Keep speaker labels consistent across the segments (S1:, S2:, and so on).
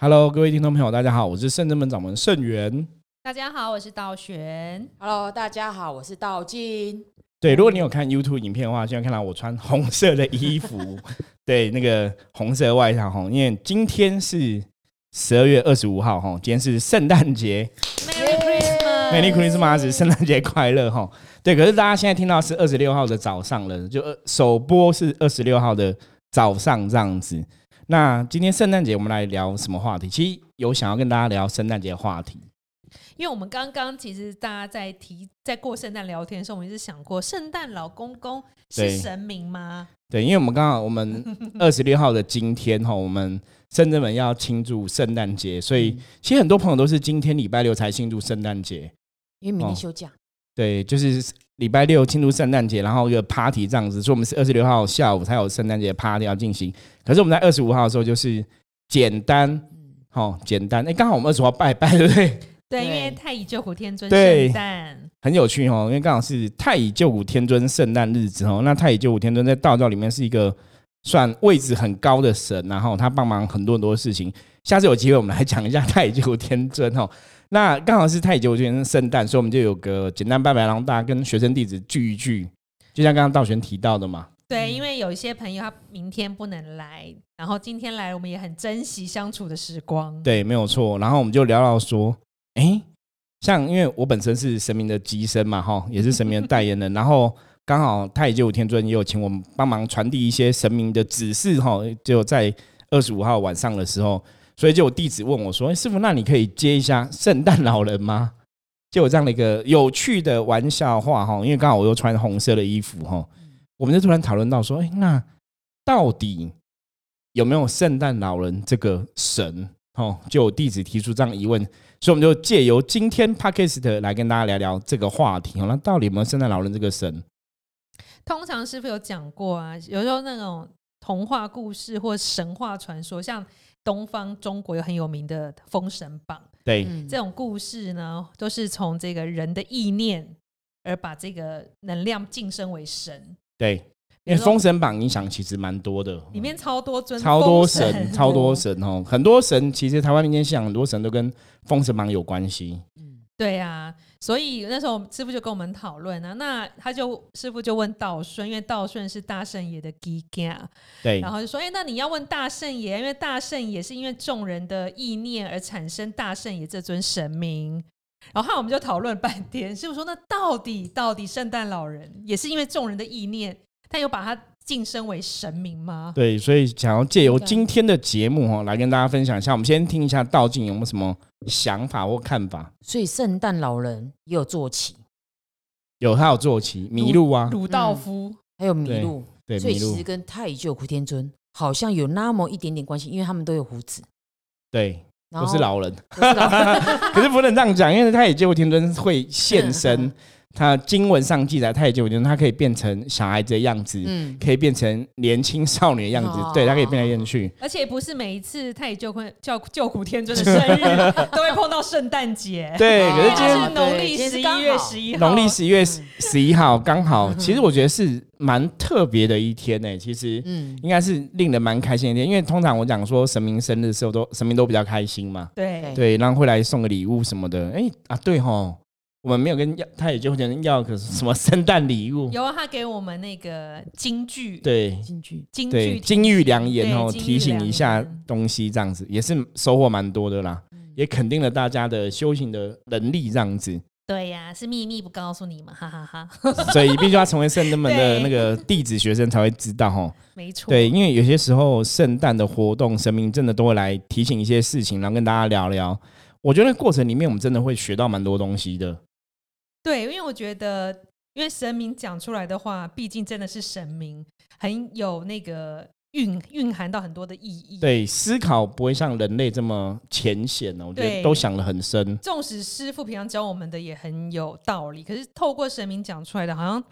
S1: Hello，各位听众朋友，大家好，我是圣真门掌门圣元。
S2: 大家好，我是道玄。
S3: Hello，大家好，我是道金。
S1: 对，如果你有看 YouTube 影片的话，现在看到我穿红色的衣服，对，那个红色外套哈，因为今天是十二月二十五号哈，今天是圣诞节
S2: Merry Christmas，
S1: ，Merry Christmas，圣诞节快乐哈。对，可是大家现在听到是二十六号的早上了，就呃首播是二十六号的早上这样子。那今天圣诞节我们来聊什么话题？其实有想要跟大家聊圣诞节的话题，
S2: 因为我们刚刚其实大家在提在过圣诞聊天的时候，我们一直想过，圣诞老公公
S1: 对
S2: 是神明吗？
S1: 对，因为我们刚好我们二十六号的今天哈，我们深圳们要庆祝圣诞节，所以其实很多朋友都是今天礼拜六才庆祝圣诞节。
S3: 因为明
S1: 哦
S3: 天休假，
S1: 对，就是礼拜六庆祝圣诞节，然后一个 party 这样子，所以我们是二十六号下午才有圣诞节 party 要进行。可是我们在二十五号的时候就是简单，
S3: 嗯，
S1: 哦，简单。哎，刚好我们二十号拜拜，对不对？
S2: 对，
S3: 对
S2: 因为太乙救苦天尊
S1: 对
S2: 圣诞，
S1: 很有趣哦，因为刚好是太乙救苦天尊圣诞日子哦。那太乙救苦天尊在道教里面是一个算位置很高的神，啊然后他帮忙很多很多事情。下次有机会我们来讲一下太乙救苦天尊哦。那刚好是太乙救苦天尊圣诞，所以我们就有个简单拜拜，让大家跟学生弟子聚一聚。就像刚刚道玄提到的嘛，
S2: 对，因为有一些朋友他明天不能来，然后今天来，我们也很珍惜相处的时光。
S1: 对，没有错。然后我们就聊到说，诶，像因为我本身是神明的机身嘛，哈，也是神明的代言人，然后刚好太乙救苦天尊也有请我们帮忙传递一些神明的指示，哈，就在二十五号晚上的时候，所以就有弟子问我说，诶师傅，那你可以接一下圣诞老人吗？就有这样的一个有趣的玩笑话哈，因为刚好我又穿红色的衣服哈，我们就突然讨论到说，诶，那到底有没有圣诞老人这个神？哦，就有弟子提出这样疑问，所以我们就借由今天 Podcast 来跟大家聊聊这个话题。哦，那到底有没有圣诞老人这个神？
S2: 通常师傅有讲过啊，有时候那种童话故事或神话传说，像东方中国有很有名的《封神榜》。
S1: 对，
S3: 嗯
S2: 这种故事呢，都是从这个人的意念而把这个能量晋升为神，
S1: 对，因为《哎封神榜》影响其实蛮多的，
S2: 里面超多尊，
S1: 超多
S2: 封神
S1: 神，超多神哦，很多神其实台湾民间信仰很多神都跟《封神榜》有关系。
S3: 嗯
S2: 对啊，所以那时候师傅就跟我们讨论啊，那他就师傅就问道顺，因为道顺是大圣爷的基干，
S1: 对
S2: 然后就说，哎、那你要问大圣爷，因为大圣爷是因为众人的意念而产生大圣爷这尊神明。然后后来我们就讨论半天，师傅说，那到底到底圣诞老人也是因为众人的意念，但又把他晋升为神明吗？
S1: 对，所以想要借由今天的节目
S2: 嗯
S1: 哦，来跟大家分享一下。我们先听一下道静有没有什么想法或看法？
S3: 所以圣诞老人也有坐骑，
S1: 有他有坐骑麋鹿啊，
S2: 鲁道夫、
S3: 还有麋鹿，
S1: 对
S3: 所以
S1: 麋
S3: 其
S1: 鹿
S3: 实，跟太乙救苦天尊好像有那么一点点关系，因为他们都有胡子，
S1: 对，
S3: 然
S1: 都
S3: 后
S1: 是老人。
S3: 都 是老
S1: 可是不能这样讲，因为太乙救苦天尊会现
S3: 嗯
S1: 身。他经文上记载，太乙救苦天尊他可以变成小孩子的样子，
S3: 嗯，
S1: 可以变成年轻少女的样子，
S3: 哦
S1: 对，他可以变来变 去。
S2: 而且不是每一次太乙救困救救苦天尊的生日啊都会碰到圣诞节，
S1: 对，
S3: 哦
S1: 可是今
S2: 它
S1: 天
S2: 是农
S3: 对
S2: 历十
S3: 今天是
S2: 一
S3: 刚好
S2: 月十一号，
S1: 农历十一月
S3: 嗯
S1: 十一号刚好，其实我觉得是蛮特别的一天呢、其实
S3: 嗯，
S1: 应该是令人蛮开心的一天，因为通常我讲说神明生日的时候都神明都比较开心嘛，
S2: 对
S1: 对，然后会来送个礼物什么的。哎、啊，对吼，我们没有跟要太乙救苦天尊要个什么圣诞礼物，
S2: 有啊他给我们那个京剧，
S1: 对，
S3: 进去，
S2: 京
S1: 对，
S2: 剧
S1: 金玉良言哦，
S2: 对
S1: 提醒一下
S2: 金玉良言
S1: 东西，这样子也是收获蛮多的啦，也肯定了大家的修行的能力，这样子，
S2: 对呀、是秘密不告诉你们，哈哈哈
S1: 所以必须要成为圣人们的
S2: 对
S1: 那个弟子学生才会知道哦。
S2: 没 错，
S1: 对，因为有些时候圣诞的活动，神明真的都会来提醒一些事情，然后跟大家聊聊。我觉得过程里面，我们真的会学到蛮多东西的。
S2: 对，因为我觉得，因为神明讲出来的话，毕竟真的是神明，很有那个蕴蕴含到很多的意义。，
S1: 对，思考不会像人类这么浅显哦，我觉得
S2: 对
S1: 都想得很深。
S2: 纵使师傅平常教我们的也很有道理，可是透过神明讲出来的，好像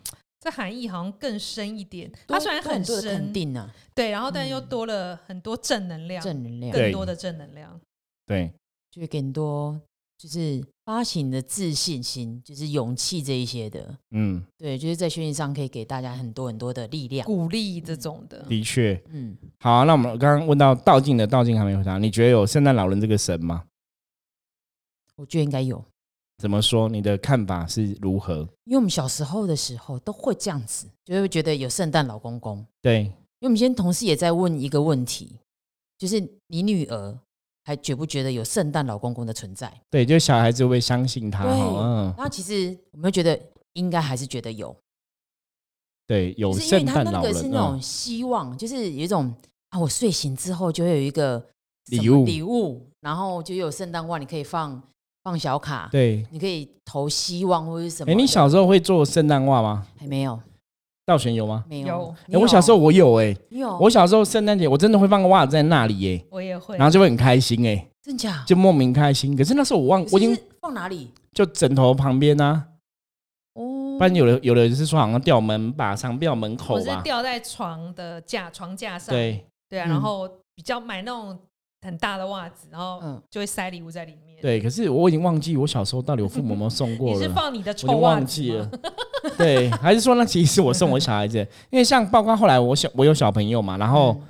S2: 这含义好像更深一点。它虽然
S3: 多很多的
S2: 深
S3: 肯，定啊，
S2: 对，然后但又
S3: 嗯
S2: 多了很多正能量，
S3: 正能量
S1: 对
S2: 更多的正能量。
S1: 对，
S3: 就会更多就是发起你的自信心，就是勇气这一些的。
S1: 嗯，
S3: 对，就是在宣言上可以给大家很多很多的力量。
S2: 鼓励这种的。
S1: 的确。
S3: 嗯，
S1: 好啊、那我们刚刚问到道静的，道静还没回答。你觉得有圣诞老人这个神吗？
S3: 我觉得应该有，
S1: 怎么说？你的看法是如何？
S3: 因为我们小时候的时候都会这样子，就会觉得有圣诞老公公。
S1: 对，
S3: 因为我们今天同事也在问一个问题，就是你女儿还觉不觉得有圣诞老公公的存在？
S1: 对，就小孩子会不会相信他？
S3: 对
S1: 哈嗯，
S3: 然后其实我们会觉得应该还是觉得有，
S1: 对，有
S3: 就是因为
S1: 圣
S3: 他
S1: 诞
S3: 那
S1: 老
S3: 个
S1: 人，
S3: 是那
S1: 嗯
S3: 种希望，就是有一种啊，我睡醒之后就会有一个什么
S1: 礼物
S3: 礼物，然后就有圣诞袜，你可以放放小卡，
S1: 对。
S3: 你可以投希望或者是什么
S1: 哎，
S3: 的。
S1: 你小时候会做圣诞袜吗？
S3: 还没有
S1: 道玄有吗？
S3: 没有？
S2: 有
S3: 你
S1: 哎，我小时候我有哎，
S3: 你有
S1: 我小时候圣诞节我真的会放个袜子在那里耶，
S2: 我也会
S1: 然，后就会很开心哎，
S3: 真假？
S1: 就莫名开心。可是那时候我忘，我已
S3: 是
S1: 经
S3: 是放哪里？
S1: 就枕头旁边啊，不，
S3: 哦
S1: 然有的有的人是说好像掉门把上，掉门
S2: 我
S1: 口
S2: 是
S1: 吧，
S2: 吊在床的架床架上，
S1: 对，
S2: 对啊，
S3: 嗯
S2: 然后比较买那种很大的袜子，然后
S3: 嗯，
S2: 就会塞礼物在里面。，
S1: 对，可是我已经忘记我小时候到底我父母有没有 送过
S2: 你是
S1: 了，
S2: 放你的
S1: 我
S2: 臭
S1: 就
S2: 袜
S1: 忘
S2: 子
S1: 记
S2: 吗
S1: 了。 对，还是说那其实是我送我小孩子，因为像包括后来我小我有小朋友嘛，然后
S3: 嗯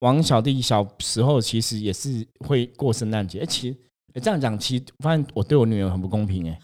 S1: 王小弟小时候其实也是会过圣诞节，诶其实诶这样讲，其实发现我对我女儿很不公 平哎、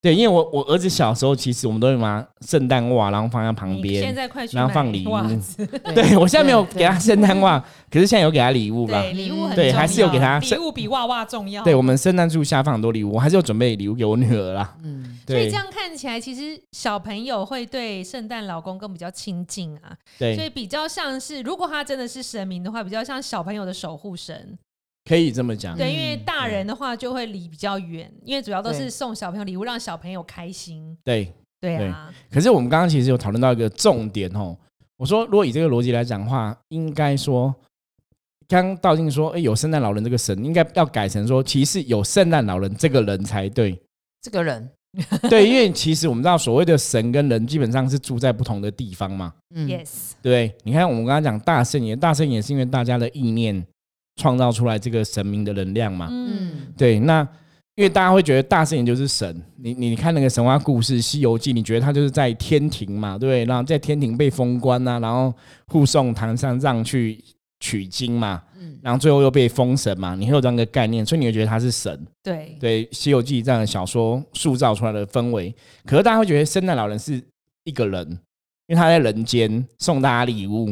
S1: 对，因为我我儿子小时候其实我们都会拿圣诞袜，然后放在旁
S2: 你
S1: 边。
S2: 现在快去
S1: 然后
S2: 买
S1: 放礼物
S2: 袜子，
S1: 对我现在没有给他
S3: 对
S1: 圣诞袜，可是现在有给他礼物啦。
S2: 对，哦礼物很
S1: 对还是有给他
S2: 重要礼物比袜袜重要。
S1: 对我们圣诞树下放很多礼物，我还是有准备礼物给我女儿啦。
S3: 嗯，
S2: 所以
S1: 对
S2: 这样看起来，其实小朋友会对圣诞老公公比较亲近啊，所以
S1: 对，
S2: 比较像是，如果他真的是神明的话，比较像小朋友的守护神。
S1: 可以这么讲。
S2: 对，
S3: 嗯
S2: 因为大人的话就会离比较远，因为主要都
S3: 对
S2: 是送小朋友礼物，让小朋友开心。
S1: 对，
S2: 对啊，
S1: 可是我们刚刚其实有讨论到一个重点哦，我说如果以这个逻辑来讲的话，应该说，刚刚道静说，哎，有圣诞老人这个神，应该要改成说，其实有圣诞老人这个人才对。
S3: 这个人，
S1: 对，因为其实我们知道，所谓的神跟人基本上是住在不同的地方嘛。
S3: 嗯
S2: yes，
S1: 对，你看我们刚刚讲大圣爷，大圣爷是因为大家的意念创造出来这个神明的能量嘛。
S2: 嗯，
S3: 嗯，
S1: 对，那因为大家会觉得大圣爷就是神，你你你看那个神话故事《西游记》，你觉得他就是在天庭嘛，对不对？然后在天庭被封官啊，然后护送唐三藏去取经嘛，
S3: 嗯
S1: 然后最后又被封神嘛，你会有这样一个概念，所以你会觉得他是神。
S2: 对，
S1: 对，《西游记》这样的小说塑造出来的氛围，可是大家会觉得圣诞老人是一个人，因为他在人间送大家礼物。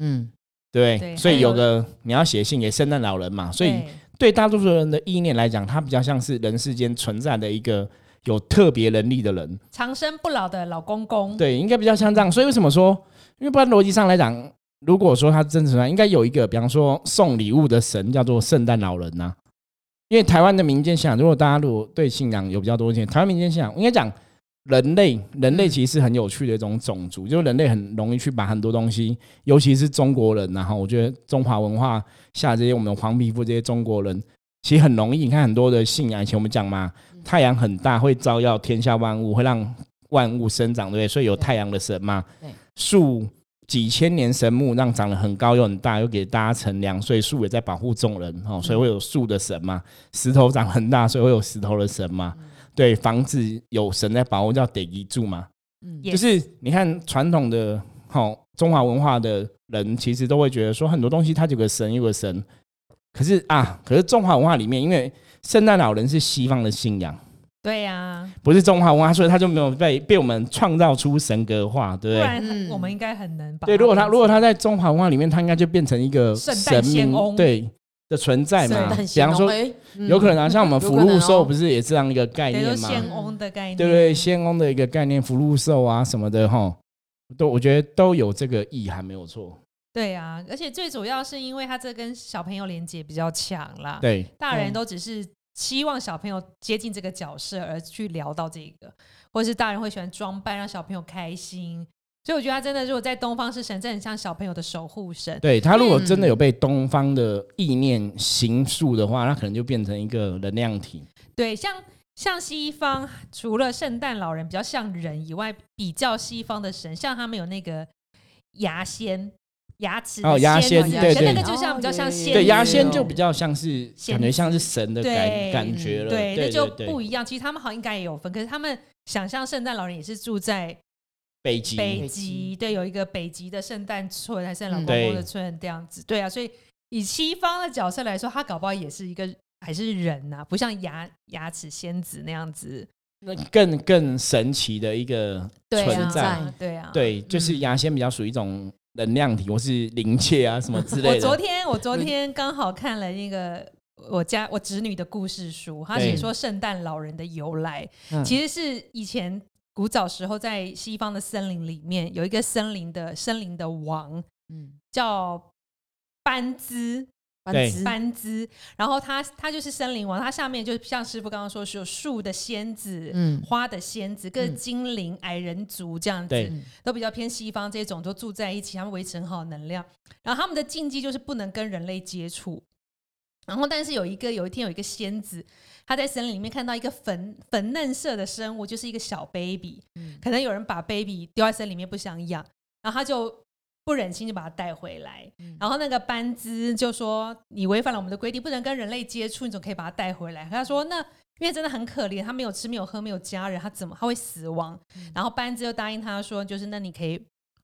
S3: 嗯，
S1: 对，
S2: 对
S1: 所以
S2: 还
S1: 有
S2: 有
S1: 个你要写信给圣诞老人嘛，所以
S2: 对
S1: 对大多数人的意念来讲，他比较像是人世间存在的一个有特别能力的人。
S2: 长生不老的老公公，
S1: 对，应该比较像这样。所以为什么说，因为不然逻辑上来讲，如果说他真实上应该有一个，比方说送礼物的神叫做圣诞老人呐、因为台湾的民间信仰，如果大家如果对信仰有比较多意见，台湾民间信仰应该讲人类，人类其实是很有趣的一种种族，就是人类很容易去把很多东西，尤其是中国人、然后我觉得中华文化下这些我们黄皮肤这些中国人，其实很容易。你看很多的信仰，以前我们讲嘛，太阳很大，会照耀天下万物，会让万物生长，对不对？所以有
S3: 对
S1: 太阳的神嘛
S3: 对，
S1: 树几千年神木让长得很高又很大，又给大家乘凉，所以树也在保护众人哦，所以会有树的神嘛。石头长很大，所以会有石头的神嘛。对，房子有神在保护，叫得一住嘛。
S3: 嗯
S2: 也
S1: 就是你看传统的好、中华文化的人，其实都会觉得说很多东西它有个神，有个神。可是啊，可是中华文化里面，因为圣诞老人是西方的信仰，
S2: 对啊，
S1: 不是中华文化，所以他就没有被被我们创造出神格化，对
S2: 不
S1: 不对？
S2: 然
S3: 嗯
S2: 我们应该很难把
S1: 对，如果他如
S2: 果
S1: 果他在中华文化里面，他应该就变成一个
S2: 圣
S1: 神
S2: 诞仙
S1: 明
S2: 翁
S1: 对的存在
S2: 圣
S1: 嘛。
S2: 诞
S1: 比方说，
S2: 嗯
S1: 有可能啊，像我们
S3: 嗯有
S1: 福
S3: 可能
S1: 禄寿
S3: 哦
S1: 不是也是这样一个概
S2: 对，都
S1: 念吗？
S2: 现翁的概念，
S1: 对不对？仙翁的一个概念，福禄寿啊什么的哈，都我觉得都有这个意涵，没有错。
S2: 对啊，而且最主要是因为他这跟小朋友连接比较强啦，
S1: 对，
S2: 大人
S3: 对
S2: 都只是希望小朋友接近这个角色而去聊到这个，或是大人会喜欢装扮让小朋友开心，所以我觉得他真的如果在东方是神，真的很像小朋友的守护神。
S1: 对他如果真的有被东方的意念形塑的话，他可能就变成一个能量体。
S2: 对，像像西方除了圣诞老人比较像人以外，比较西方的神，像他们有那个牙仙，牙齿
S1: 哦
S2: 的
S1: 牙
S2: 仙
S1: 仙
S2: 女
S1: 对
S2: 那
S1: 对
S2: 个就像比较像
S3: 哦
S2: 仙
S1: 对，
S2: 女
S1: 牙
S2: 了
S1: 仙就比较像是
S2: 仙
S1: 感觉
S2: 子
S1: 像是神的感
S2: 对
S1: 感觉了，
S2: 对，
S1: 对，
S2: 那就
S1: 对
S2: 不一样。其实他们好像应该也有分，可是他们想象圣诞老人也是住在
S1: 北极，
S2: 北
S3: 北
S2: 极
S3: 极，
S2: 对，有一个北极的圣诞村还是老
S3: 嗯
S2: 公公的村这样子，对啊，所以以西方的角色来说，他搞不好也是一个还是人呐、啊不像牙牙齿仙子那样子
S1: 那更更神奇的一个
S2: 对
S1: 存
S2: 啊
S1: 在。
S2: 对啊，
S1: 对，就是牙仙比较属于一种能量体或是灵界啊什么之类
S2: 我
S1: 的。嗯
S2: 昨天我昨天刚好看了那个我家我侄女的故事书，她
S1: 对
S2: 写说圣诞老人的由来，
S3: 嗯
S2: 其实是以前古早时候在西方的森林里面有一个森林的森林的王
S3: 嗯，
S2: 叫班兹，
S1: 对
S3: 班兹
S2: 班兹，然后他他就是森林王，他下面就像师傅刚刚说是有树的仙子。
S3: 嗯
S2: 花的仙子，各
S3: 嗯
S2: 精灵、矮人族这样子，
S1: 对
S2: 都比较偏西方这种，都住在一起，他们维持很好的能量。然后他们的禁忌就是不能跟人类接触。然后，但是有一个有一天有一个仙子，她在森林里面看到一个粉粉嫩色的生物，就是一个小 baby，
S3: 嗯
S2: 可能有人把 baby 丢在森林里面不想养，然后她就不忍心就把它带回来。
S3: 嗯
S2: 然后那个班兹就说：“你违反了我们的规定，不能跟人类接触，你总可以把它带回来。”他说：“那因为真的很可怜，他没有吃，没有喝，没有家人，他怎么他会死亡？”
S3: 嗯
S2: 然后班兹就答应他说：“就是那你可以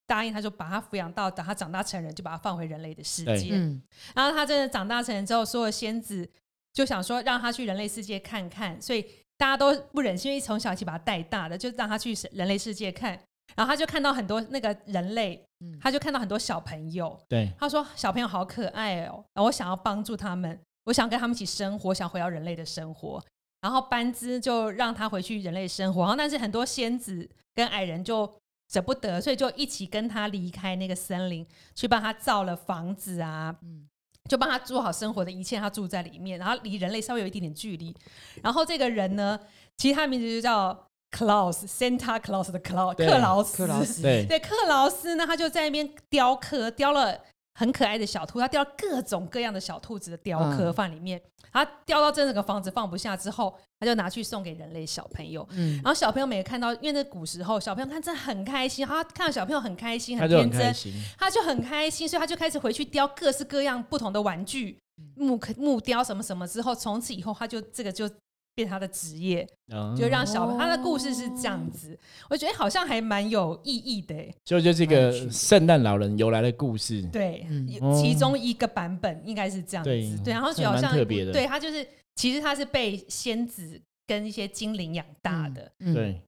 S2: 答应他，就把他抚养到等他长大成人，就把他放回人类的世界。
S3: 嗯
S2: 然后他真的长大成人之后，所有仙子就想说让他去人类世界看看，所以大家都不忍心，因为从小一起把他带大的，就让他去人类世界看。然后他就看到很多那个人类，
S3: 嗯
S2: 他就看到很多小朋友，
S1: 对
S2: 他说小朋友好可爱哦，然后我想要帮助他们，我想跟他们一起生活，想回到人类的生活。然后班兹就让他回去人类生活，然后但是很多仙子跟矮人就舍不得，所以就一起跟他离开那个森林，去帮他造了房子啊，
S3: 嗯
S2: 就帮他做好生活的一切，他住在里面，然后离人类稍微有一点点距离。然后这个人呢，其实他的名字就叫 Claus Santa Claus 的 Claus
S1: 对
S2: 克劳斯，
S3: 克劳斯
S1: 对
S2: 对，克劳斯呢，他就在那边雕刻，雕了很可爱的小兔，他雕各种各样的小兔子的雕刻
S3: 嗯
S2: 放里面，他雕到整个房子放不下之后，他就拿去送给人类小朋友。
S3: 嗯
S2: 然后小朋友们也看到，因为那古时候小朋友看真的很开心，他看到小朋友很开心，
S1: 他
S2: 很
S1: 就
S2: 天
S1: 很
S2: 真
S1: 开，心。
S2: 他就很开心，所以他就开始回去雕各式各样不同的玩具，
S1: 嗯
S2: 木木雕什么什么。之后从此以后，他就这个就变他的职业，
S1: 嗯
S2: 就让小、
S3: 哦
S2: 他的故事是这样子。我觉得诶好像还蛮有意义的、欸诶
S1: 就就是一
S3: 蛮有
S1: 个
S3: 趣
S1: 圣诞老人由来的故事。
S2: 对，
S3: 嗯
S2: 也
S1: 哦
S2: 其中一个版本应该是这样子。
S1: 对
S2: 对，然后就好
S1: 还蛮
S2: 像
S1: 特别的
S2: 对他就是其实他是被仙子跟一些精灵养大的，
S3: 嗯
S1: 对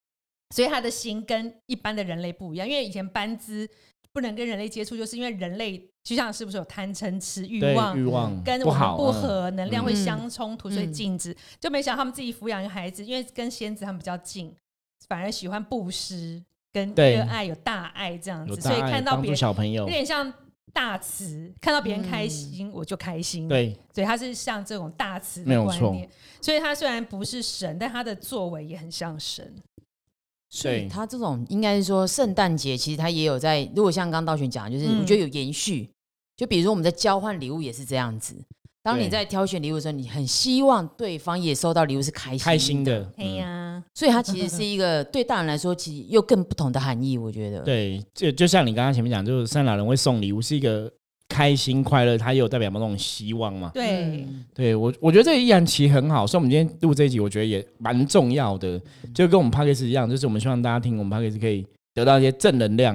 S2: 所以他的心跟一般的人类不一样，因为以前班兹不能跟人类接触，就是因为人类就像是不是有贪嗔痴欲
S1: 对，
S2: 望
S1: 欲望
S2: 跟
S1: 不
S2: 我们
S1: 好
S2: 不
S1: 嗯
S2: 合，能量会
S3: 嗯
S2: 相冲突，所以
S3: 嗯
S2: 禁止。就没想到他们自己抚养一个孩子，因为跟仙子他们比较近，反而喜欢布施，跟
S1: 对
S2: 热爱有大爱这样
S1: 嗯有
S2: 子，
S1: 大
S2: 所以
S1: 爱
S2: 看到
S1: 帮
S2: 别
S1: 助
S2: 人
S1: 小朋
S2: 有
S1: 友，
S2: 点像大慈，看到别人开心、我就开心。，
S1: 嗯对
S2: 所以他是像这种大慈
S1: 没
S2: 的
S1: 有
S2: 观
S1: 错
S2: 念。所以他虽然不是神，但他的作为也很像神。
S3: 所以
S1: 对
S3: 他这种应该是说，圣诞节其实他也有在，如果像刚刚道玄讲的，就是
S2: 嗯
S3: 我觉得有延续。就比如说我们在交换礼物也是这样子，当你
S1: 对
S3: 在挑选礼物的时候，你很希望对方也收到礼物是开心
S1: 开心，的，
S2: 哎
S1: 嗯
S2: 呀，
S3: 所以它其实是一个对大人来说，其实又更不同的含义。我觉得，
S1: 嗯对，就就像你刚刚前面讲，就是圣诞老人会送礼物是一个开心快乐，他也有代表某种希望嘛。
S2: 对，
S3: 嗯
S1: 对我，我觉得这个依然其实很好，所以我们今天录这一集，我觉得也蛮重要的，就跟我们 p a c k a g e 一样，就是我们希望大家听我们 p a c k a g e 可以得到一些正能量，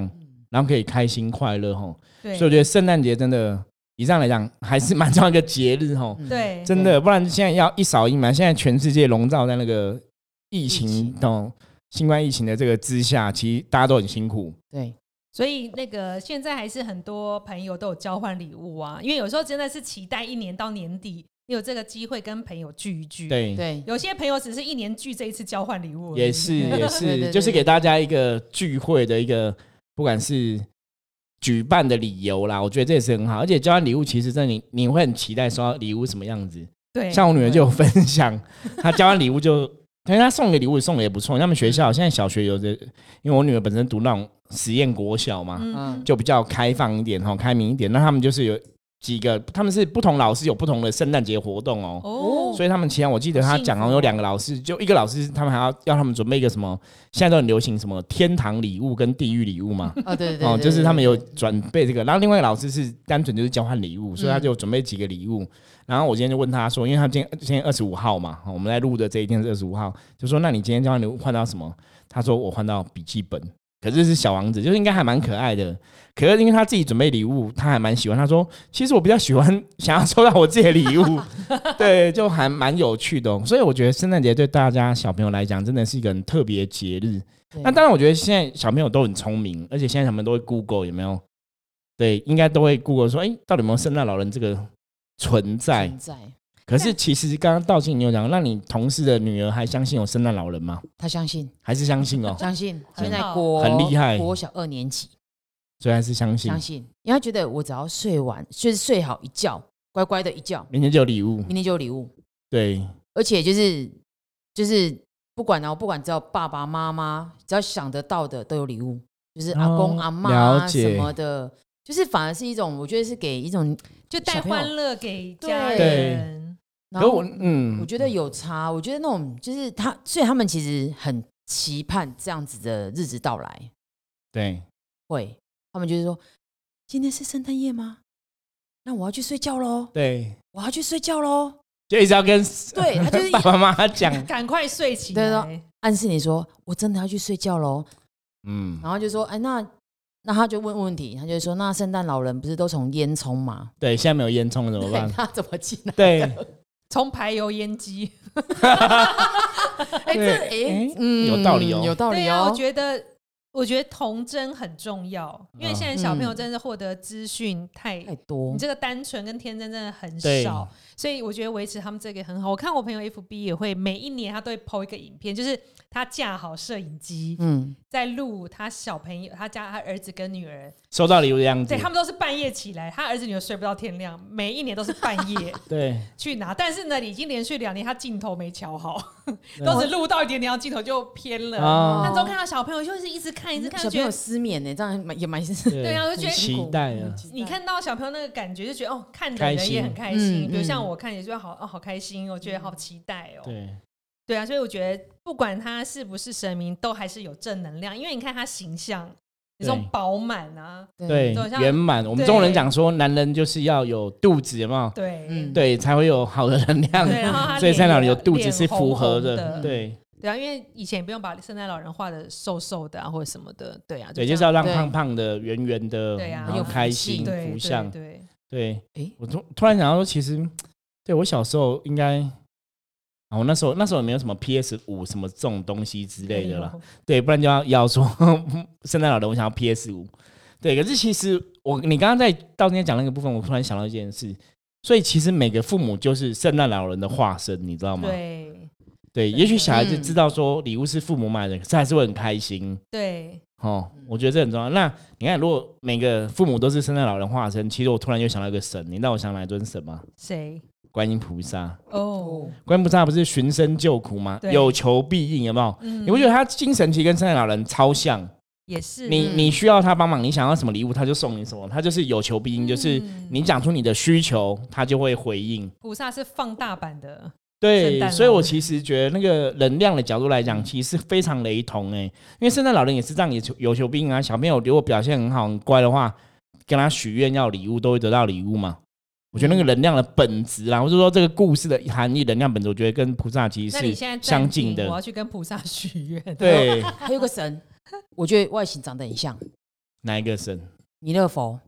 S1: 然后可以开心快乐吼。
S2: 对，
S1: 所以我觉得圣诞节真的，以上来讲还是蛮重要的一个节日吼，
S3: 嗯
S2: 对，
S1: 真的，不然现在要一扫一瞒，现在全世界笼罩在那个疫情
S3: 情
S1: 哦，新冠疫情的这个之下，其实大家都很辛苦，
S3: 对，
S2: 所以那个现在还是很多朋友都有交换礼物啊，因为有时候真的是期待一年到年底，你有这个机会跟朋友聚一聚。，
S1: 对。
S3: 对，
S2: 有些朋友只是一年聚这一次交换礼物而已，
S1: 也 是
S3: 对
S1: 也
S3: 对
S1: 是，
S3: 对
S1: 就是
S3: 对
S1: 给大家一个聚会的一个，不管是举办的理由啦，我觉得这也是很好。而且交换礼物，其实真的你你会很期待收到礼物什么样子。
S2: 对，
S1: 像我女儿就有分享， 她交换礼物就，但是她送的礼物送的也不错。他们学校现在小学有的，因为我女儿本身读那种实验国小嘛，
S2: 嗯
S3: 嗯
S1: 就比较开放一点哈，开明一点。那他们就是有几个，他们是不同老师有不同的圣诞节活动哦。
S2: 哦，
S1: 所以他们其他我记得他讲哦好像有两个老师，就一个老师他们还要要他们准备一个什么，现在都很流行什么天堂礼物跟地狱礼物嘛。
S3: 哦，对对对
S1: 哦，
S3: 对
S1: 就是
S3: 对
S1: 他们
S3: 对
S1: 有
S3: 对
S1: 准备这个，然后另外一个老师是单纯就是交换礼物，所以他就准备几个礼物。然后我今天就问他说，因为他今天今天二十五号嘛，哦我们在录的这一天是二十五号，就说那你今天交换礼物换到什么？他说我换到笔记本，可是是小王子，就是应该还蛮可爱的。可是因为他自己准备礼物，他还蛮喜欢。他说其实我比较喜欢想要收到我自己的礼 物，对，就还蛮有趣的哦、所以我觉得圣诞节对大家小朋友来讲，真的是一个很特别的节日。
S3: 对
S1: 那当然，我觉得现在小朋友都很聪明，而且现在小朋友都会 Google 有没有？对，应该都会 Google 说，哎、到底有没有圣诞老人这个存在？
S3: 存在，
S1: 可是其实刚刚道静你有讲，那你同事的女儿还相信有圣诞老人吗？
S3: 他相信？
S1: 还是相信哦
S3: 相信，
S2: 很
S3: 现在
S2: 好
S3: 国
S1: 很厉害
S3: 国小二年级
S1: 所以还是相信
S3: 相，信，因为他觉得我只要睡完，就是睡好一觉，乖乖的一觉，
S1: 明天就有礼物。
S3: 明天就有礼物，
S1: 对，
S3: 而且就是就是不管哦，不管只要爸爸妈妈，只要想得到的都有礼物，就是阿公
S1: 哦
S3: 阿妈
S1: 了
S3: 啊
S1: 解
S3: 什么的，就是反而是一种，我觉得是给一种。
S2: 就带欢乐给家
S3: 对
S2: 人。
S1: 可
S3: 然
S1: 是
S3: 后
S1: 我嗯，
S3: 我觉得有差，我觉得那种就是他，所以他们其实很期盼这样子的日子到来，
S1: 对
S3: 会，他们就是说，今天是圣诞夜吗？那我要去睡觉喽，
S1: 对，
S3: 我要去睡觉喽。
S1: 就一直要跟
S3: 对他就是 一
S1: 爸爸妈妈讲，
S2: 赶快睡起
S3: 对
S2: 来
S3: 的，暗示你说我真的要去睡觉喽，
S1: 嗯，
S3: 然后就说，哎，那那他就问问题，他就说，那圣诞老人不是都从烟囱吗？
S1: 对，现在没有烟囱怎 么
S3: 对
S1: 办？
S3: 他怎么进来？
S1: 对，
S2: 从排油烟机。
S3: 哎，这
S1: 对哎
S3: 哎，嗯
S1: 有道理哦
S3: 有道
S2: 对
S3: 理
S2: 啊，
S3: 哦
S2: 我。觉得，我觉得童真很重要，因为
S1: 嗯
S2: 现在小朋友
S3: 嗯
S2: 真的获得资讯太，
S3: 太多
S2: 你，这个单纯跟天真真的很
S1: 对
S2: 少，所以我觉得维持他们这个很好。我看我朋友 FB 也会每一年他都会 PO 一个影片，就是他架好摄影机
S3: 嗯，
S2: 在录他小朋友，他家他儿子跟女儿，
S1: 收到礼物的样子
S2: 对，他们都是半夜起来，他儿子女儿睡不到天亮，每一年都是半夜
S1: 对，
S2: 去拿，但是呢，已经连续两年他镜头没瞧 好，
S1: 对
S2: 都是录到一点点，然后镜头就偏了。
S1: 啊
S2: 那时候看到小朋友就是一直看，一直看，
S1: 嗯
S3: 小
S2: 就觉
S3: 朋友
S2: 得
S3: 失眠呢，这样蛮也 蛮
S1: 对
S2: 啊我就觉得
S1: 期待啊，
S2: 你看到小朋友那个感觉，就觉得哦，看的
S1: 开
S2: 人
S1: 心
S2: 也很开心。
S3: 嗯
S2: 比如像
S3: 嗯
S2: 我看，也觉得好哦，好开心，我觉得好期待哦。
S1: 对。
S2: 对啊，所以我觉得不管他是不是神明，都还是有正能量，因为你看他形象，这种
S1: 对
S2: 饱满啊，
S1: 对
S2: 走，向
S1: 圆满。我们
S2: 对
S1: 中国人讲说，男人就是要有肚子，有没有？
S2: 对，
S3: 嗯
S1: 对，才会有好的能
S2: 对，然
S1: 量。
S2: 后 他
S1: 所以
S2: 脸
S1: 三老人
S2: 也
S1: 有肚子
S2: 脸
S1: 是符合
S2: 红红
S1: 的，
S2: 的，
S1: 对
S2: 对啊，因为以前也不用把圣诞老人画的瘦瘦的啊，或者什么的，对啊，
S1: 对，
S2: 这
S1: 就是要
S2: 样
S1: 让
S3: 对
S1: 胖胖的、圆圆的，
S2: 对啊
S1: 然后开心、
S2: 对
S1: 福
S2: 对
S1: 相。
S2: 对，
S1: 对
S3: 诶，
S1: 我突突然想到说，其实对我小时候应该，啊，我那时候那时候也没有什么 PS 五什么这种东西之类的啦，
S2: 哎呦。
S1: 对，不然就要要说圣诞老人，我想要 PS 五。对，可是其实我你刚刚在到今天讲那个部分，我突然想到一件事，所以其实每个父母就是圣诞老人的化身，你知道吗？
S2: 对
S1: 对，
S2: 真
S1: 也许
S2: 的
S1: 小孩子
S3: 嗯
S1: 知道说礼物是父母买的，可是还是会很开心
S2: 对，
S1: 哦。
S2: 嗯
S1: 我觉得这很重要。那你看，如果每个父母都是圣诞老人化身，其实我突然又想到一个神，你知道我想哪一尊神吗？
S2: 谁？
S1: 观音菩萨。
S2: 哦，
S1: 观音菩萨不是寻声救苦吗？
S2: 对
S1: 有求必应，有没有？
S2: 嗯
S1: 你不觉得他精神其实跟圣诞老人超像？
S2: 也是
S1: 你你需要他帮忙，你想要什么礼物，他就送你什么，他就是有求必应，就是
S2: 嗯
S1: 你讲出你的需求，他就会回应。
S2: 菩萨是放大版的，圣
S1: 对，
S2: 诞
S1: 所以
S2: 老
S1: 我
S2: 人嗯
S1: 其实觉得那个能量的角度来讲，其实是非常雷同诶、因为圣诞老人也是这样，有求有求必应啊。小朋友如果表现很好、很乖的话，跟他许愿要礼物，都会得到礼物嘛。我觉得那个能量的本质啦，或者说这个故事的含义、能量本质，我觉得跟菩萨其
S2: 那
S1: 实
S2: 你
S1: 是
S2: 现在暂
S1: 相近
S2: 停我
S1: 的。
S2: 要去跟菩萨许愿。
S1: 对，
S3: 还有个神，我觉得外形长得很像
S1: 哪一个神？
S3: 弥勒佛，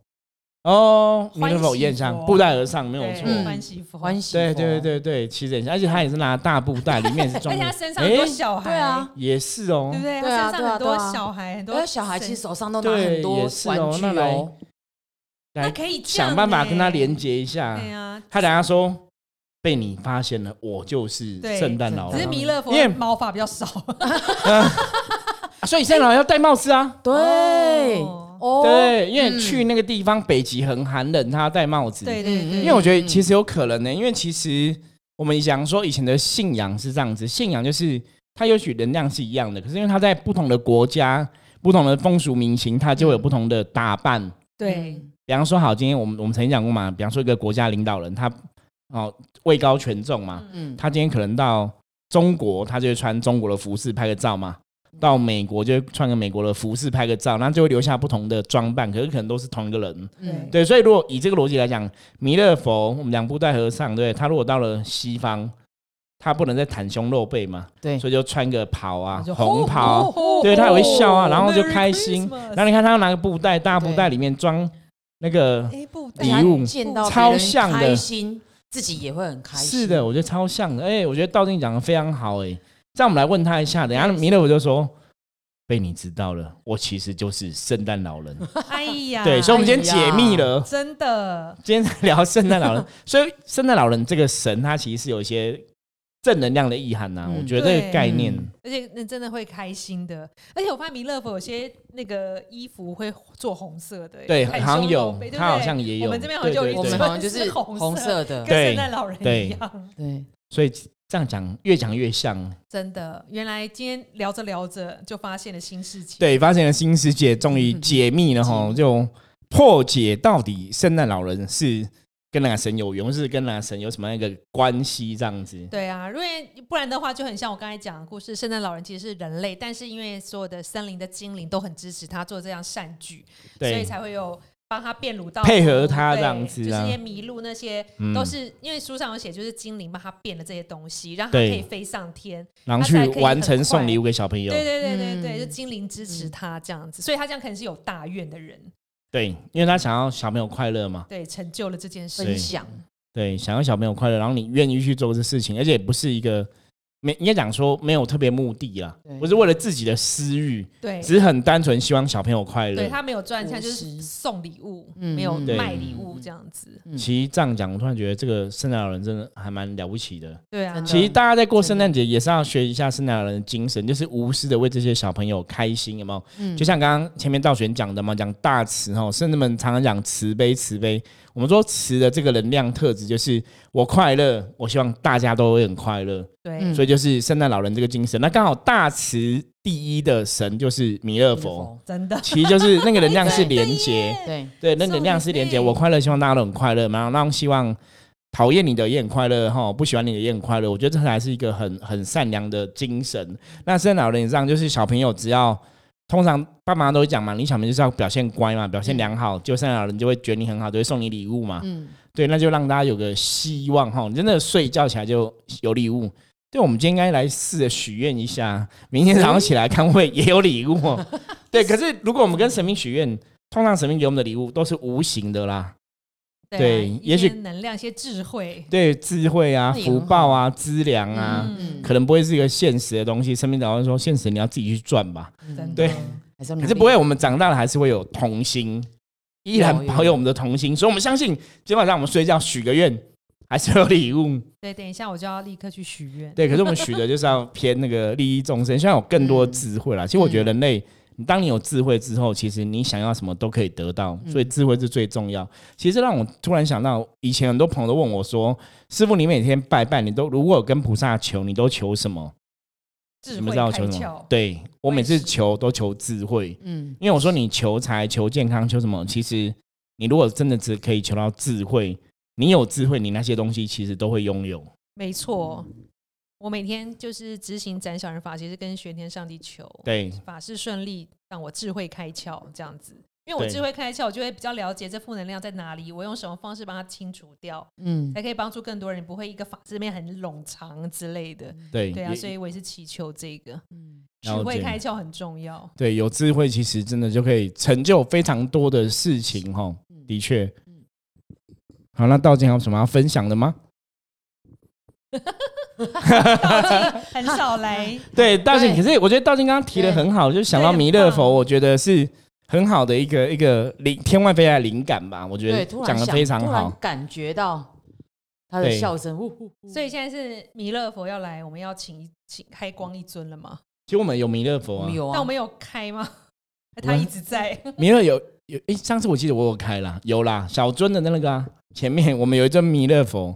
S1: 哦，弥
S2: 欢
S1: 勒佛
S2: 喜
S1: 宴上，
S2: 佛
S1: 布袋和尚没有
S2: 对，
S1: 错。
S3: 嗯
S2: 欢喜佛，
S3: 欢喜
S1: 对
S3: 佛
S1: 对对对，其实很像，而且他也是拿大布袋，里面也是
S2: 而
S1: 装
S2: 且
S1: 着。
S2: 他身上很多
S1: 诶
S2: 小孩，
S3: 对啊，，
S1: 也是哦
S2: 对不，对？
S3: 对
S2: 他
S3: 啊
S2: 身上很
S3: 对啊
S2: 多
S3: 对啊
S2: 小孩，很
S3: 因为
S2: 多
S3: 小孩其实
S2: 神
S3: 手上都拿很
S1: 对
S3: 多
S1: 也是哦
S3: 玩具
S1: 那来
S3: 哦，
S2: 那可以这样
S1: 想办法跟他
S2: 欸
S1: 连接一下。
S2: 对啊，
S1: 他等下说被你发现了，我就是
S2: 对
S1: 圣诞老
S2: 只是
S1: 人。
S2: 弥勒佛
S1: 因为
S2: 毛发比较少，
S1: 啊所以圣诞老人要戴帽子啊。
S3: 对
S1: 嗯
S2: 哦
S3: 哦，
S1: 对，因为
S3: 嗯
S1: 去那个地方北极很寒冷，他要戴帽子。
S2: 对
S3: 嗯
S2: 对对，
S1: 因为我觉得
S3: 嗯
S1: 其实有可能呢、因为其实我们讲说以前的信仰是这样子，信仰就是它也许能量是一样的，可是因为它在
S3: 嗯
S1: 不同的国家、不同的风俗民情，它就会有不同的打扮。
S2: 对
S1: 比方说，好，今天我们我们曾经讲过嘛，比方说一个国家领导人，他哦位高权重嘛，
S3: 嗯，
S1: 他今天可能到中国，他就会穿中国的服饰拍个照嘛；到美国就会穿个美国的服饰拍个照，那就会留下不同的装扮，可是可能都是同一个人。
S3: 嗯
S1: 对，所以如果以这个逻辑来讲，弥勒佛我们讲布袋和尚，对他如果到了西方，他不能再袒胸露背嘛，
S3: 对
S1: 所以就穿个袍啊，
S2: 就
S1: 红袍。
S2: 吼吼
S1: 对他也会笑啊
S2: 吼
S1: 然后就
S2: 哦 Merry
S1: 开心
S2: Christmas
S1: 然后你看他要拿个布袋，大布袋
S3: 对
S1: 里面装那个，
S2: 哎不
S1: 礼
S2: 哎
S1: 物
S3: 见到
S1: 超
S3: 别人
S1: 像的
S3: 开心，自己也会很开心。
S1: 是的，，我觉得超像的。哎、我觉得道静讲的非常好、哎，这样我们来问他一下，等一下弥勒佛就说。被你知道了，我其实就是圣诞老人。
S2: 哎呀，
S1: 对，所以我们今天解密了，
S2: 真的
S1: 今天在聊圣诞老 人，所以圣诞老人这个神，他其实是有一些正能量的意涵呐、
S3: 嗯
S1: 我觉得这个
S2: 对
S1: 概念，
S3: 嗯
S2: 而且那真的会开心的，而且我发现弥勒佛有些那个衣服会做红色的，欸
S1: 对，好
S2: 袒胸
S1: 像
S2: 露
S1: 有
S2: 背，对不
S1: 他好
S2: 对
S1: 像也有。
S2: 我们这边好像就有
S1: 对
S2: 一
S1: 对
S3: 我
S2: 只
S1: 对
S3: 们好像就是
S2: 是红色
S3: 红色的，
S2: 跟
S1: 对
S2: 圣诞老人
S1: 对
S2: 一样，
S3: 对，
S1: 所以这样讲，越讲越像。
S2: 真的。原来今天聊着聊着就发现了新事情，
S1: 对，发现了新世界，终于解密了哈，
S3: 嗯
S1: 就破解到底圣诞老人是跟哪个神有缘，或是跟哪个神有什么样一个关系这样子。
S2: 对啊，因为不然的话就很像我刚才讲的故事，圣诞老人其实是人类，但是因为所有的森林的精灵都很支持他做这样善举，所以
S1: 对，
S2: 才会有帮他变乳到
S1: 配合他
S2: 对
S1: 这样子
S2: 就是
S1: 啊
S2: 那些麋鹿那些
S1: 嗯
S2: 都是、因为书上有写，就是精灵帮他变了这些东西，让他可
S1: 对
S2: 以飞上天。
S1: 然后
S2: 他
S1: 去
S2: 才可以
S1: 完成
S2: 很
S1: 送
S2: 快
S1: 礼物给小朋友。
S2: 对对对对对，
S3: 嗯
S2: 就精灵支持他这样子，所以他这样可能是有大愿的人，
S1: 对，因为他想要小朋友快乐嘛。
S2: 对，成就了这件事。
S3: 分享，
S1: 对，想要小朋友快乐，然后你愿意去做这事情，而且不是一个没应该讲说没有特别目的啦
S3: 对，
S1: 不是为了自己的私欲，
S2: 对，
S1: 只是很单纯希望小朋友快
S2: 对
S1: 乐。
S2: 他没有赚钱，
S3: 无
S2: 就是
S3: 私
S2: 送礼物，
S3: 嗯
S2: 没有
S3: 对
S2: 卖礼物
S3: 嗯
S2: 这样子。
S3: 嗯
S1: 其实这样讲，我突然觉得这个圣诞老人真的还蛮了不起的。
S2: 对啊，
S3: 嗯真的
S1: 其实大家在过圣诞节也是要学一下圣诞老人的精神，就是无私的为这些小朋友开心，有没有？
S3: 嗯
S1: 就像刚刚前面道玄讲的嘛，讲大慈哈，甚至们常常讲慈悲，慈悲。我们说慈的这个能量特质，就是我快乐，我希望大家都会很快乐。
S2: 对，
S3: 嗯
S1: 所以就是圣诞老人这个精神。那刚好大慈第一的神就是弥勒佛，，
S2: 真的
S1: 其实就是那个能量是连接，
S3: 对，
S1: 对，那能量是连接。我快乐，希望大家都很快乐嘛，然后让希望讨厌你的也很快乐哈，不喜欢你的也很快乐。我觉得这才是一个很很善良的精神。那圣诞老人也这样，就是小朋友只要。通常爸妈都会讲嘛，你小朋友就是要表现乖嘛，表现良好，就圣诞老人就会觉得你很好，就会送你礼物嘛。
S3: 嗯，
S1: 对，那就让大家有个希望哈。你真的睡觉起来就有礼物。对，我们今天应该来试着许愿一下，明天早上起来看会也有礼物哦。对，可是如果我们跟神明许愿，通常神明给我们的礼物都是无形的啦，
S2: 对啊
S1: 对
S2: 一
S1: 也许
S2: 些能量、一些智慧，
S1: 对，智慧啊、
S3: 那也很好
S1: 福报啊、资粮啊，
S2: 嗯
S1: 可能不会是一个现实的东西。神明早上说，现实你要自己去赚吧。
S3: 嗯
S2: 真的
S1: 对，
S3: 还是要努
S1: 可是
S3: 力
S1: 不会，我们长大了还是会有童心，依然
S3: 有有
S1: 保有我们的童心，所以我们相信，今天晚上我们睡觉许个愿，还是有礼物。
S2: 对，等一下我就要立刻去许愿。
S1: 对，可是我们许的就是要偏那个利益众生，希望有更
S2: 嗯
S1: 多的智慧啦。其实我觉得人类，你当你有智慧之后，其实你想要什么都可以得到，所以
S2: 嗯
S1: 智慧是最重要。其实让我突然想到，以前很多朋友都问我说：“师傅，你每天拜拜，你都如果有跟菩萨求，你都求什么？你
S2: 智慧
S1: 们知
S2: 开
S1: 道
S2: 窍，
S1: 我求什么？”对我每次求都求智慧，
S3: 嗯，
S1: 因为我说你求财、求健康、求什么，其实你如果真的只可以求到智慧，你有智慧，你那些东西其实都会拥有。
S2: 没错，我每天就是执行斩小人法，其实跟玄天上帝求
S1: 对，
S2: 法事顺利，让我智慧开窍这样子。因为我
S1: 对
S2: 智慧开窍，我就会比较了解这负能量在哪里，我用什么方式把它清除掉，
S3: 嗯，
S2: 才可以帮助更多人，不会一个法这边很冗长之类的。
S1: 对，
S2: 对啊，
S1: 也
S2: 所以我也是祈求这个
S3: 嗯
S2: 智
S1: 了
S2: 慧
S1: 解
S2: 开窍很重 要。
S1: 对，有智慧其实真的就可以成就非常多的事情哈、哦，的确。好，那道静还有什么要分享的吗？
S2: 道静很少来，
S1: 对，道静，可
S3: 对
S1: 是我觉得道静刚刚提的很好，就想到
S2: 对
S1: 弥勒
S2: 很
S1: 佛，
S2: 棒
S1: 我觉得是很好的一个一个灵天外飞来的灵感吧，我觉
S3: 对，
S1: 得
S3: 突然
S1: 讲的
S3: 想
S1: 非常
S3: 突然
S1: 好。
S3: 感觉到他的
S1: 对
S3: 笑声，呜呼呼
S2: 所以现在是弥勒佛要来，我们要请一请开光一尊了吗？
S1: 其实我们有弥勒佛
S3: 我
S1: 啊
S3: 们，有
S2: 但
S3: 啊
S2: 我，们有开吗？
S1: 我
S2: 他
S1: 们
S2: 一直在，
S1: 弥勒有有，诶，上次我记得我有开啦，有啦，小尊的那个啊，前面我们有一尊弥勒佛，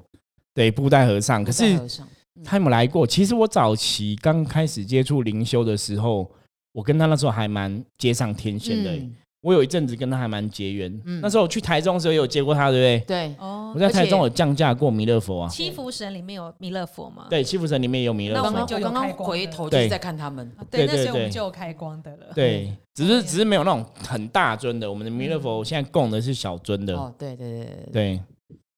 S1: 对，布袋和尚，可
S3: 在
S1: 是
S3: 和尚
S1: 他有没有来过？其实我早期刚开始接触灵修的时候，我跟他那时候还蛮接上天线的欸、
S3: 嗯
S1: 我有一阵子跟他还蛮结缘，
S3: 嗯
S1: 那时候我去台中的时候也有接过他，对不对？
S3: 对，
S2: 哦
S1: 我，在台中
S3: 而且
S1: 有降价过弥勒佛啊，
S2: 七福神里面有弥勒佛吗？
S1: 对，七福神里面也有弥勒
S3: 刚刚
S1: 佛啊
S2: 就，
S3: 我
S2: 有
S3: 刚刚
S2: 开光
S3: 回
S2: 的
S3: 头就是
S1: 对
S3: 在看他们，
S2: 啊对，
S1: 对
S2: 那
S1: 对
S2: 时候我们
S1: 对
S2: 就有开光的了。
S1: 对，只是
S2: 对
S1: 只是没有那种很大尊的，我们的弥勒佛现在供的是小尊的，
S3: 哦，对对对对对，
S1: 对，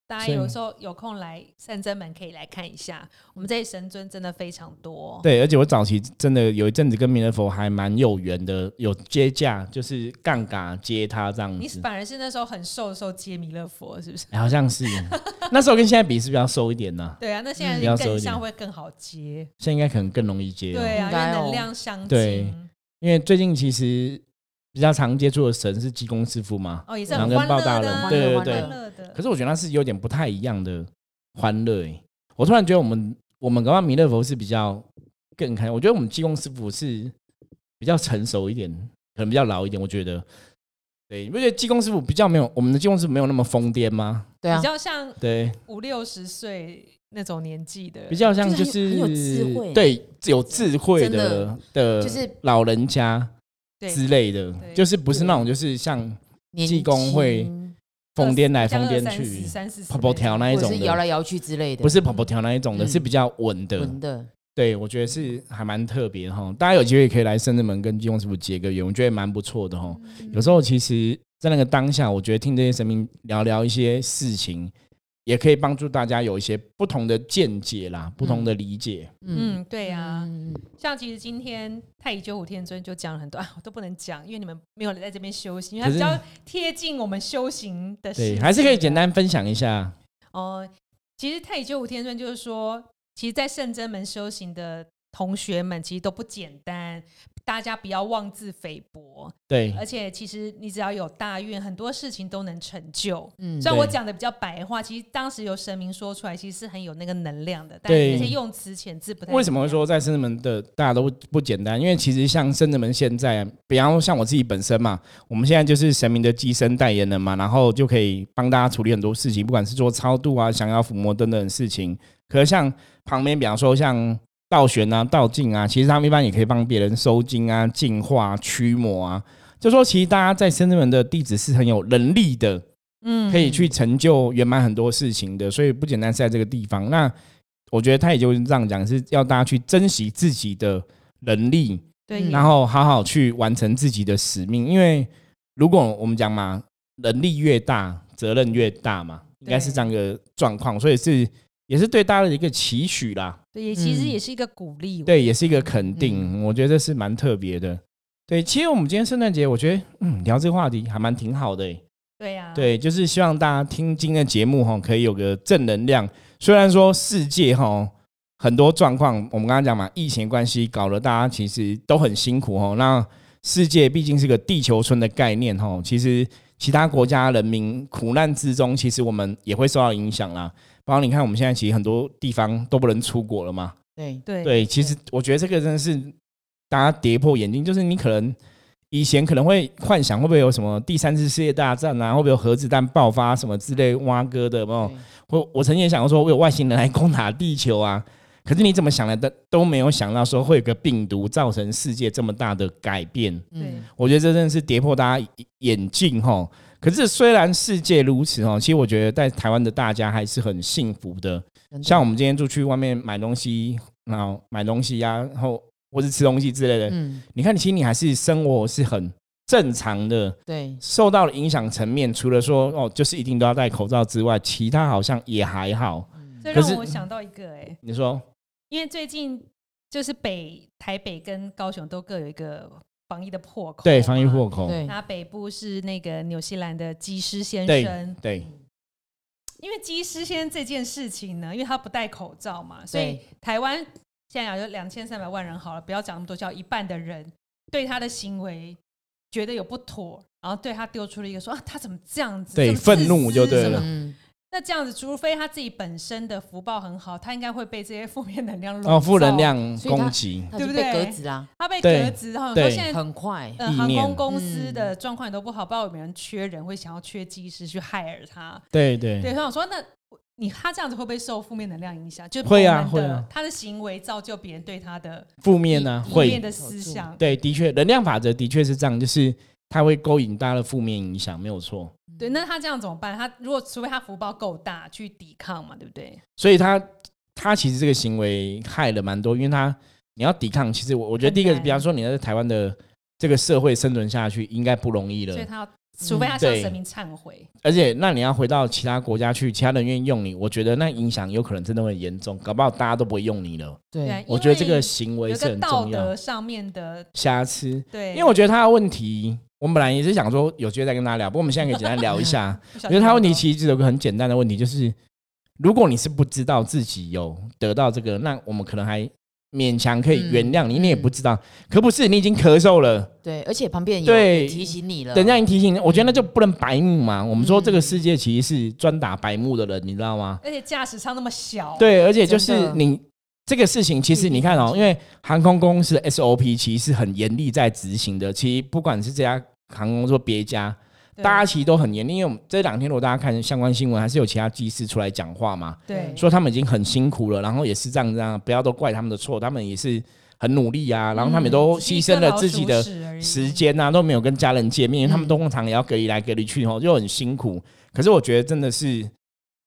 S2: 大家
S1: 所以
S2: 有时候有空来善真门可以来看一下，我们这里神尊真的非常多。
S1: 对，而且我早期真的有一阵子跟弥勒佛还蛮有缘的，有接驾，就是杠杆接他这样
S2: 你
S1: 子，
S2: 反而是那时候很瘦的时候接弥勒佛， 是不是？
S1: 哎好像是那时候跟现在比是比较瘦一点呢、
S2: 对啊，那现
S1: 嗯比较
S2: 在
S1: 瘦
S2: 更
S1: 一点
S2: 像会更好接。
S1: 现在应该可能更容易接、哦。
S2: 对啊，
S3: 应
S2: 因为
S3: 该哦
S2: 能量相
S1: 对
S2: 近。
S1: 因为最近其实比较常接触的神是济公师傅嘛，
S3: 呃
S2: 哦，也是
S1: 狼
S2: 很
S1: 跟
S2: 欢
S1: 豹
S2: 乐
S1: 大
S2: 的
S1: 人，
S2: 啊，
S1: 对对
S3: 欢乐
S1: 对
S2: 欢。乐的
S1: 可。是我觉得那是有点不太一样的欢乐、欸。我突然觉得我们我们刚刚弥勒佛是比较更开，我觉得我们济公师傅是比较成熟一点，可能比较老一点。我觉得，对，你不觉得济公师傅比较没有我们的济公师傅没有那么疯癫吗？
S3: 对啊
S2: 比，较像
S1: 对，
S2: 五六十岁那种年纪的，
S1: 比较像就
S3: 就是
S1: 是
S3: 很有很有智慧
S1: 对有智慧的的，
S3: 就是
S1: 老人家
S2: 对
S1: 之类的，
S2: 对
S1: 就是不是那种就是像
S3: 年
S1: 济公会
S3: 轻
S1: 疯癫来疯
S2: 比
S1: 癫
S2: 较二
S1: 去，
S2: 三十、三四
S1: 跑跑跳那一
S3: 或者
S1: 种
S3: 是摇
S1: 的，
S3: 来摇去之类的，
S1: 不是跑跑跳那一种的，
S3: 嗯
S1: 是比较稳的。
S3: 文的，
S1: 对，我觉得是还蛮特别的哈。大家有机会可以来深圳门跟金庸师傅结个缘，我觉得蛮不错的哈。有时候其实，在那个当下，我觉得听这些神明聊聊一些事情，也可以帮助大家有一些不同的见解啦，不同的理解。
S2: 嗯，对啊，
S3: 嗯嗯嗯
S2: 像其实今天太乙救苦天尊就讲了很多啊，我都不能讲，因为你们没有在这边修行，因为它
S1: 可是
S2: 比较贴近我们修行的事
S1: 对，
S2: 情
S1: 还是可以简单分享一下。
S2: 哦、其实太乙救苦天尊就是说，其实，在圣真门修行的同学们其实都不简单，大家不要妄自菲薄，
S1: 对，
S2: 而且其实你只要有大愿，很多事情都能成就。
S3: 嗯，
S2: 虽然我
S1: 对
S2: 讲的比较白话，其实当时由神明说出来，其实是很有那个能量的，但
S1: 对
S2: 那些用词遣字不太。
S1: 为什么会？说在深圳门的大家都不不简单？因为其实像深圳门现在，比方说像我自己本身嘛，我们现在就是神明的机身代言人嘛，然后就可以帮大家处理很多事情，不管是做超度啊、降妖伏魔等等的事情。可是像旁边，比方说像道玄啊、道静啊，其实他们一般也可以帮别人收金啊、净化、啊、驱魔啊。就说其实大家在深圳门的弟子是很有能力的，
S2: 嗯
S1: 可以去成就圆满很多事情的，所以不简单是在这个地方。那我觉得他也就是这样讲，是要大家去珍惜自己的能力，
S2: 对，
S1: 然后好好去完成自己的使命。因为如果我们讲嘛，能力越大，责任越大嘛，应该是这样一个状况，所以是也是对大家的一个期许啦。
S2: 对，也其实
S3: 嗯
S2: 也是一个鼓励。
S1: 对，也是一个肯定，我觉得这是蛮特别的。对，其实我们今天圣诞节，我觉得嗯，聊这个话题还蛮挺好的、欸。
S2: 对啊呀，
S1: 对，就是希望大家听今天的节目哈，可以有个正能量。虽然说世界哈很多状况，我们刚刚讲嘛，疫情关系搞得大家其实都很辛苦哦。那世界毕竟是个地球村的概念哦，其实其他国家人民苦难之中，其实我们也会受到影响啦。包括你看，我们现在其实很多地方都不能出国了嘛。
S3: 对，
S2: 对
S1: 对，其实我觉得这个真的是大家跌破眼镜，就是你可能以前可能会幻想会不会有什么第三次世界大战啊，会不会有核子弹爆发什么之类挖哥的，有没有？
S3: 对
S1: 我我曾经也想过说，会有外星人来攻打地球啊。可是你怎么想的都都没有想到说会有个病毒造成世界这么大的改变，
S2: 对
S3: 嗯，
S1: 我觉得这真的是跌破大家眼镜哈。可是虽然世界如此哦，其实我觉得在台湾的大家还是很幸福的，
S3: 真的
S1: 像我们今天就去外面买东西，然后买东西呀、然后或是吃东西之类的，
S3: 嗯，
S1: 你看，其实你还是生活是很正常的，
S3: 对，
S1: 受到的影响层面，除了说哦，就是一定都要戴口罩之外，其他好像也还好。
S3: 嗯
S2: 这
S1: 可是
S2: 让我想到一个哎，
S1: 你说
S3: 啊
S2: 因为最近就是北台北跟高雄都各有一个防疫的破口，
S1: 哦对，防疫破。口，
S3: 对，
S2: 那北部是那个纽西兰的机师先
S1: 对
S2: 生，
S1: 对
S2: 因为机师先这件事情呢，因为他不戴口罩嘛，所以
S3: 对
S2: 台湾现在讲就两千三百万人好了，不要讲那么多，叫一半的人对他的行为觉得有不妥，然后对他丢出了一个说啊，他怎么这样子？
S1: 对
S2: 这么自
S1: 愤怒就
S2: 私
S1: 对
S2: 什
S1: 了
S2: 么
S3: 嗯，
S2: 那这样子，除非他自己本身的福报很好，他应该会被这些负面能量笼罩
S1: 哦，负能。量
S3: 嗯所以他
S1: 攻击，
S3: 他
S2: 对
S3: 就
S2: 不
S3: 被
S2: 对
S3: 革职啦，
S2: 他被
S1: 对
S2: 革职，然后
S1: 对
S2: 说现在
S3: 啊很快，
S2: 呃
S1: 意
S2: 航
S1: 念
S2: 空公司
S3: 嗯
S2: 的状况也都不好，不知道有没有人缺人，会想要缺技师去害了他。
S1: 对对
S2: 对，他想说，那你他这样子会不会受负面能量影响？就
S1: 会啊
S2: 我们
S1: 会
S2: 的
S1: 啊
S2: 他的行为造就别人对他的
S1: 负面呢、啊、
S2: 负面
S1: 会，
S2: 的思想。
S1: 对，的确，能量法则的确是这样，就是它会勾引大家的负面影响，没有错。
S2: 对，那他这样怎么办？他如果除非他福报够大去抵抗嘛，对不对？
S1: 所以他他其实这个行为害了蛮多，因为他你要抵抗，其实我我觉得第一个
S2: 很，难
S1: 比方说你在台湾的这个社会生存下去应该不容易了
S2: 所以，他要，除非他
S1: 嗯
S2: 向
S1: 对
S2: 神明忏悔，
S1: 而且那你要回到其他国家去，其他人愿意用你，我觉得那影响有可能真的会很严重，搞不好大家都不会用你了。
S2: 对啊
S3: 对，
S1: 我觉得这
S2: 因
S1: 个
S2: 为
S1: 行
S2: 有
S1: 为
S2: 一
S1: 是
S2: 个
S1: 很
S2: 道
S1: 重要
S2: 德上面的
S1: 瑕疵，
S2: 对，
S1: 因为我觉得他的问题，我们本来也是想说有机会再跟大家聊，不过我们现在可以简单聊一下。
S2: 我
S1: 因为他问题其实有个很简单的问题，就是如果你是不知道自己有得到这个，那我们可能还勉强可以原谅你，
S3: 嗯
S1: 你也不知道。可不是，你已经咳嗽了，
S3: 对，而且旁边有
S1: 对
S3: 有提醒你了，
S1: 人家已经提醒你，我觉得那就不能白目嘛。我们
S3: 嗯
S1: 说这个世界其实是专打白目的人，你知道吗？
S2: 而且驾驶舱那么小，，
S1: 对，而且就是
S3: 真的嗯
S1: 你。这个事情其实你看哦，因为航空公司的 SOP 其实是很严厉在执行的。其实不管是这家航空公司或别家，大家其实都很严厉。因为我们这两天如果大家看相关新闻，还是有其他技师出来讲话嘛。
S2: 对，嗯
S1: 说他们已经很辛苦了，然后也是这样这样，不要都怪他们的错，他们也是很努力啊，然后他们也都牺牲了自己的时间啊，都没有跟家人见面，因为他们
S3: 嗯
S1: 通常也要隔离来隔离去，哦，就很辛苦。可是我觉得真的是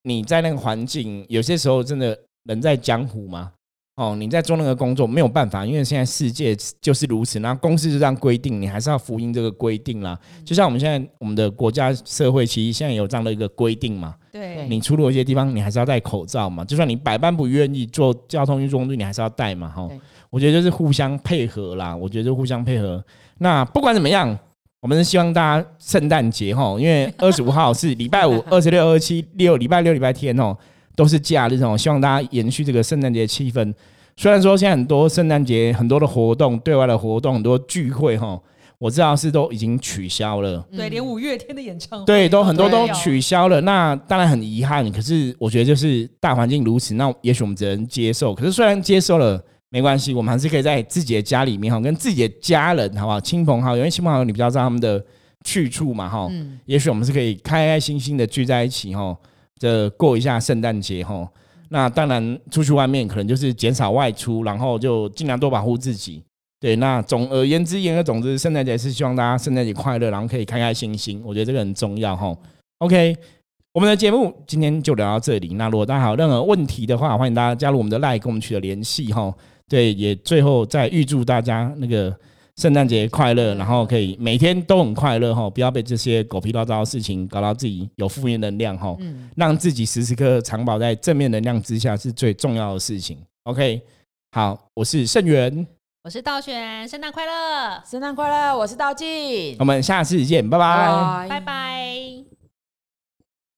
S1: 你在那个环境，有些时候真的人在江湖嘛，哦，你在做那个工作没有办法，因为现在世界就是如此，然后公司就这样规定，你还是要服膺这个规定啦。就像我们现在我们的国家社会，其实现在有这样的一个规定嘛，
S2: 对，
S1: 你出入一些地方，你还是要戴口罩嘛。就算你百般不愿意做交通运输工具，你还是要戴嘛。哈
S3: 对，
S1: 我觉得就是互相配合啦。我觉得就互相配合。那不管怎么样，我们是希望大家圣诞节哈，因为二十五 号是礼拜五、二十六、二七六礼拜六、礼拜天哦，都是假日哦。希望大家延续这个圣诞节气氛。虽然说现在很多圣诞节很多的活动，对外的活动很多聚会哈，我知道是都已经取消了。
S2: 对，
S3: 嗯
S2: 连五月天的演唱会
S1: 嗯对，都很多
S3: 对
S1: 都取消了。那当然很遗憾，可是我觉得就是大环境如此，那也许我们只能接受。可是虽然接受了，没关系，我们还是可以在自己的家里面哈，跟自己的家人好不好？亲朋好友，因为亲朋好友你比较知道他们的去处嘛哈。
S3: 嗯，
S1: 也许我们是可以开开心心的聚在一起哈，这过一下圣诞节哈。那当然，出去外面可能就是减少外出，然后就尽量多保护自己。对，那总而言之，言而总之，圣诞节是希望大家圣诞节快乐，然后可以开开心心，我觉得这个很重要哈。OK，我们的节目今天就聊到这里。那如果大家还有任何问题的话，欢迎大家加入我们的 LINE 跟我们取得联系哈。对，也最后再预祝大家那个圣诞节快乐，然后可以每天都很快乐哈，不要被这些狗屁叨叨的事情搞到自己有负面能量哈，
S3: 嗯
S1: 让自己时时刻刻藏保在正面能量之下是最重要的事情。OK，好，我是盛元，
S2: 我是道玄，圣诞快乐，
S3: 圣诞快乐，我是道静
S1: 哦
S3: 哦
S1: 我，们下次见，拜拜。
S2: 拜拜。